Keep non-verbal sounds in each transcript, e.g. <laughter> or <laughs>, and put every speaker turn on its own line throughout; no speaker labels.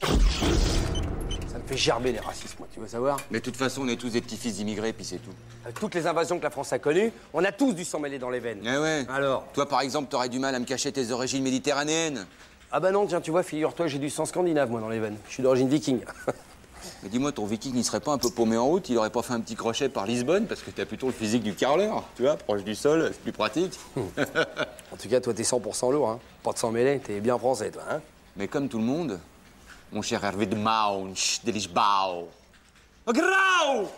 Ça me fait gerber les racistes, moi, tu veux savoir
Mais de toute façon, on est tous des petits-fils d'immigrés, puis c'est tout.
Avec toutes les invasions que la France a connues, on a tous du sang mêlé dans les veines.
Eh ouais
Alors
Toi, par exemple, t'aurais du mal à me cacher tes origines méditerranéennes.
Ah bah non, tiens, tu vois, figure-toi, j'ai du sang scandinave, moi, dans les veines. Je suis d'origine viking. <laughs>
Mais dis-moi, ton viking, il serait pas un peu paumé en route Il aurait pas fait un petit crochet par Lisbonne Parce que t'as plutôt le physique du carleur, tu vois, proche du sol, c'est plus pratique.
en tout cas, toi, t'es 100% lourd, hein. Pas de sang mêlé, t'es bien français, toi, hein.
<laughs> Mais comme tout le monde, mon cher Hervé de Maunch, de Lisbao. Oh, Grau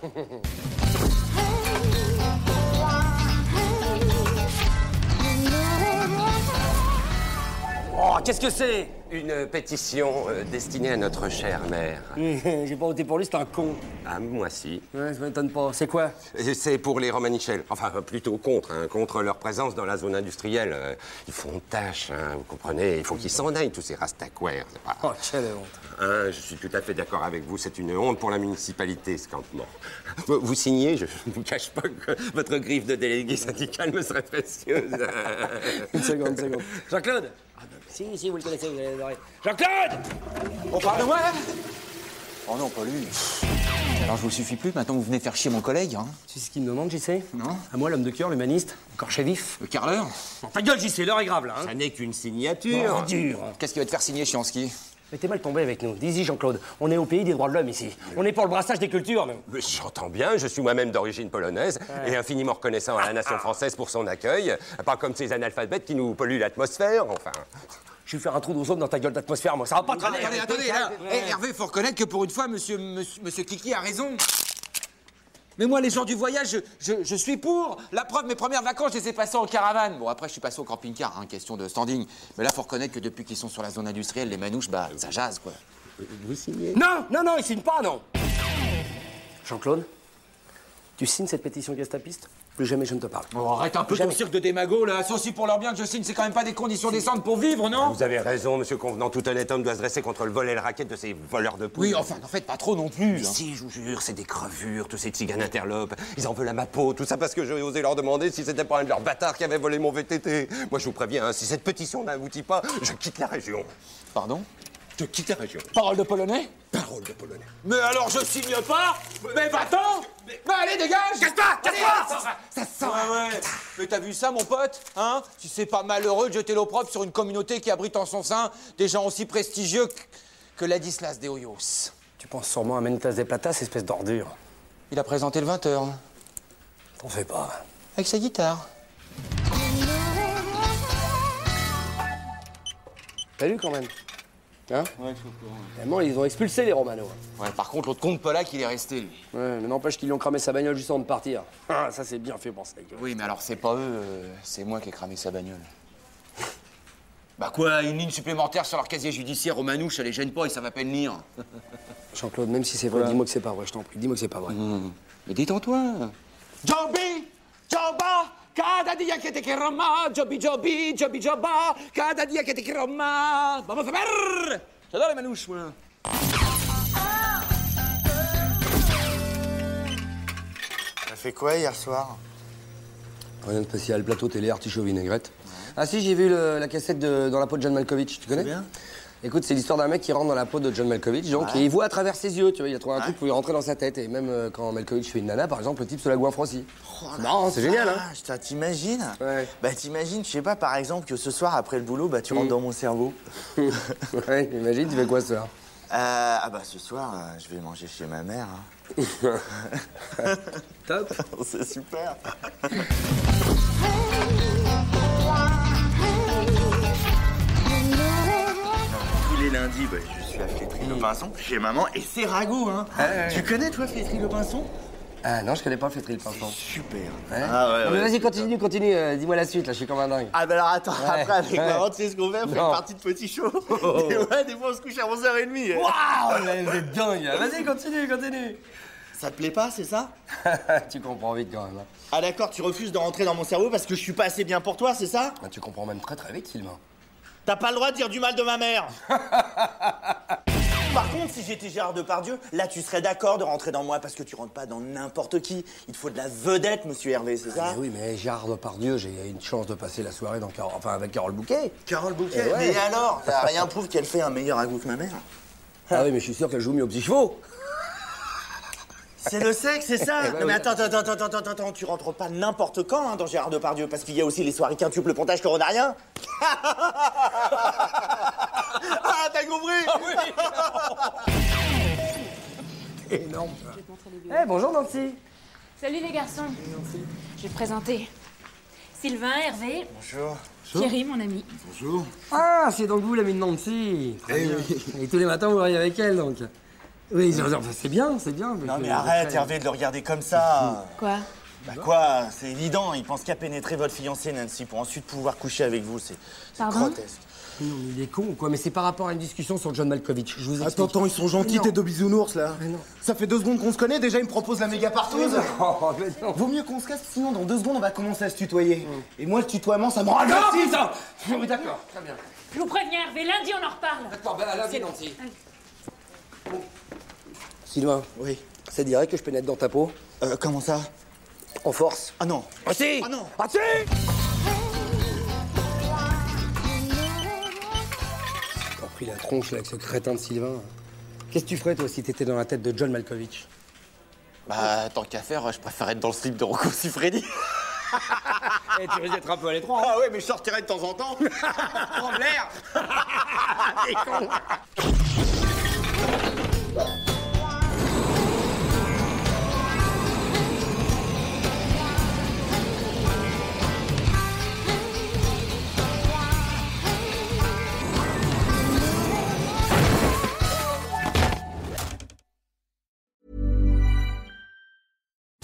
Oh, qu'est-ce que c'est Une
Pétition euh, destinée à notre chère mère.
<laughs> J'ai pas voté pour lui, c'est un con.
À moi si.
Ouais, ça m'étonne pas. C'est quoi
Euh, C'est pour les Romanichels. Enfin, euh, plutôt contre, hein, contre leur présence dans la zone industrielle. Euh, Ils font tâche, hein, vous comprenez Il faut qu'ils s'en aillent, tous ces rastaquaires. c'est pas-
Oh, quelle honte.
Hein, je suis tout à fait d'accord avec vous, c'est une honte pour la municipalité, ce campement. Vous, vous signez, je ne vous cache pas que votre griffe de délégué syndical me serait précieuse.
Une seconde, une seconde. <laughs> Jean-Claude Ah, bah, Si, si, vous le connaissez, vous allez adorer. Jean-Claude
On parle de moi Oh non, pas lui. Alors je vous suffis plus, maintenant vous venez faire chier mon collègue, hein
Tu sais ce qu'il me demande, JC
Non.
À moi, l'homme de cœur, l'humaniste, encore chez vif.
Le carleur
Bon, ta gueule, JC, l'heure est grave, là, hein.
Ça n'est qu'une signature.
hein.
Oh, dur
Qu'est-ce qui va te faire signer, Chianski
Mais t'es mal tombé avec nous. Dis-y, Jean-Claude, on est au pays des droits de l'homme ici. On est pour le brassage des cultures, nous.
Mais J'entends bien, je suis moi-même d'origine polonaise et infiniment reconnaissant à la
Ah.
nation française pour son accueil, pas comme ces analphabètes qui nous polluent l'atmosphère, enfin.
Je vais faire un trou d'ozone dans ta gueule d'atmosphère, moi. Ça va pas traîner.
Attendez, attendez, attendez. Eh, Hervé, faut reconnaître que pour une fois, monsieur, monsieur, monsieur Kiki a raison. Mais moi, les gens du voyage, je, je- je suis pour. La preuve, mes premières vacances, je les ai passées en caravane. Bon, après, je suis passé au camping-car, hein, question de standing. Mais là, faut reconnaître que depuis qu'ils sont sur la zone industrielle, les manouches, bah, ça jase, quoi.
Non, non, non, il signe pas, non. Jean-Claude, tu signes cette pétition gastapiste Plus jamais je ne te parle.
Oh, arrête un peu
Jamais.
ton cirque de démago, là. Ça aussi, pour leur bien que je signe, c'est quand même pas des conditions décentes pour vivre, non
Vous avez raison, monsieur Convenant, tout honnête homme doit se dresser contre le vol et le racket de ces voleurs de poules.
Oui, enfin, en fait, pas trop non plus. hein.
Si, je vous jure, c'est des crevures, tous ces tziganes interlopes. Ils en veulent à ma peau, tout ça parce que j'ai osé leur demander si c'était pas un de leurs bâtards qui avait volé mon VTT. Moi, je vous préviens, hein, si cette pétition n'aboutit pas, je quitte la région.
Pardon
Je quitte la région.
Parole de polonais
Parole de Polonais.
Mais alors, je signe pas Mais va-t'en Mais allez, dégage Casse-toi Casse-toi
Ça sent
ouais. Mais t'as vu ça, mon pote Hein Si c'est pas malheureux de jeter l'opprobre sur une communauté qui abrite en son sein des gens aussi prestigieux que, que Ladislas de Hoyos.
Tu penses sûrement à Menitas des Platas, espèce d'ordure.
Il a présenté le 20h,
T'en fais pas.
avec sa guitare.
T'as lu quand même Hein Ouais, Vraiment, ils ont expulsé les Romano.
Ouais, par contre, l'autre compte Polak, il est resté, lui.
Ouais, mais n'empêche qu'ils lui ont cramé sa bagnole juste avant de partir. Ah, ça, c'est bien fait pour ça. gueule.
Oui, mais alors, c'est pas eux, euh, c'est moi qui ai cramé sa bagnole. <laughs> Bah quoi, une ligne supplémentaire sur leur casier judiciaire aux manouches, ça les gêne pas, ils savent à peine lire.
Jean-Claude, même si c'est vrai, dis-moi que c'est pas vrai, je t'en prie. Dis-moi que c'est pas vrai.
Mais détends-toi Joby Joba Cada dia que te quiero más Joby, Joby, Joby, Joba Cada dia que te quiero más Vamos a ver J'adore les manouches, moi
T'as fait quoi hier soir
Rien de spécial, plateau télé, artichaut vinaigrette. Ah si, j'ai vu le- la cassette de Dans la peau de John Malkovich, tu connais Écoute, c'est l'histoire d'un mec qui rentre dans la peau de John Malkovich, donc, et il voit à travers ses yeux, tu vois, il a trouvé un truc pour lui rentrer dans sa tête, et même euh, quand Malkovich fait une nana, par exemple, le type se la goinfre <laughs> aussi. C'est marrant, c'est génial, hein
Ah, Oh putain, t'imagines
Ouais.
Bah t'imagines, je sais pas, par exemple, que ce soir, après le boulot, bah tu rentres dans mon cerveau.
Mm. <laughs> Ouais, imagine, tu fais quoi ce soir
Euh, ah bah ce soir, euh, je vais manger chez ma mère. hein.
Top
C'est super Tous les lundis, bah, je suis à Flétry le Pinson, chez maman, et c'est ragoût, hein Tu connais, toi, Flétry le Pinson
Ah non, je connais pas le Fétril, pardon.
Super.
Ouais.
Ah ouais,
Non, mais
ouais,
vas-y,
putain.
continue, continue. euh, Dis-moi la suite, là, je suis comme un dingue.
Ah bah alors attends,
Ouais,
après avec
ouais.
Marant, tu sais ce qu'on fait, on fait une
Non. Oh.
partie de petit show. <laughs> Et ouais, des fois on se couche à 11h30. hein.
Waouh, Ah, oh, mais vous êtes dingue. là. Vas-y, continue, continue.
Ça te plaît pas, c'est ça
Ah, tu comprends vite quand même. hein.
Ah d'accord, tu refuses de rentrer dans mon cerveau parce que je suis pas assez bien pour toi, c'est ça
Ah, tu comprends même très très vite, Sylvain.
T'as pas le droit de dire du mal de ma <laughs> mère Par contre, si j'étais Gérard Depardieu, là tu serais d'accord de rentrer dans moi parce que tu rentres pas dans n'importe qui. Il te faut de la vedette, monsieur Hervé, c'est ça
Mais Eh oui, mais Gérard Depardieu, j'ai une chance de passer la soirée dans Carole- enfin, avec Carole Bouquet.
Carole Bouquet,
Eh ouais.
mais alors T'as rien prouve qu'elle fait un meilleur à goût que ma mère
Ah oui, mais je suis sûr qu'elle joue mieux aux petits chevaux.
C'est le sexe, c'est <laughs> ça
ben
Non mais
oui.
attends, attends, attends, attends, attends, attends, tu rentres pas n'importe quand hein, dans Gérard Depardieu, parce qu'il y a aussi les soirées quintuples pontage coronarien. <laughs> ah, t'as compris
Eh, bonjour Nancy.
Salut les garçons. Je vais te présenter. Sylvain, Hervé. Bonjour. Thierry, mon ami.
Ah, c'est donc vous l'ami de Nancy. Très bien. Et tous les matins, vous voyez avec elle, donc. Oui, je- enfin, c'est bien, c'est bien.
Non mais arrête Hervé de le regarder comme ça
Quoi
Bah quoi, c'est évident, il pense qu'à pénétrer votre fiancée Nancy pour ensuite pouvoir coucher avec vous, c'est c'est
Pardon
grotesque.
Non, mais il est con, quoi. Mais c'est par rapport à une discussion sur John Malkovich. Je vous explique.
Attends, attends, ils sont gentils,
Non.
tes deux bisounours là.
non.
Ça fait deux secondes qu'on se connaît, déjà ils me proposent la méga partouze.
Oh, mais <laughs> non. Mm.
Vaut mieux qu'on se casse, sinon dans deux secondes on va commencer à se tutoyer. Et moi le tutoiement ça me rend
Non,
le
putain Oui, d'accord, très bien.
Je vous préviens, Hervé, lundi on en reparle.
D'accord, ben, à lundi,
C'est-
Nancy.
Allez.
Sylvain,
Oui,
ça dirait que je pénètre dans ta peau
euh, comment ça
En force
Ah non
Ah si
Ah non.
Ah si T'as pris la tronche là, avec ce crétin de Sylvain. Qu'est-ce que tu ferais toi si t'étais dans la tête de John Malkovich
Bah, tant qu'à faire, je préfère être dans le slip de Rocco Siffredi.
Eh, tu risques d'être un peu à l'étroit.
Ah ouais, mais je sortirai de temps en temps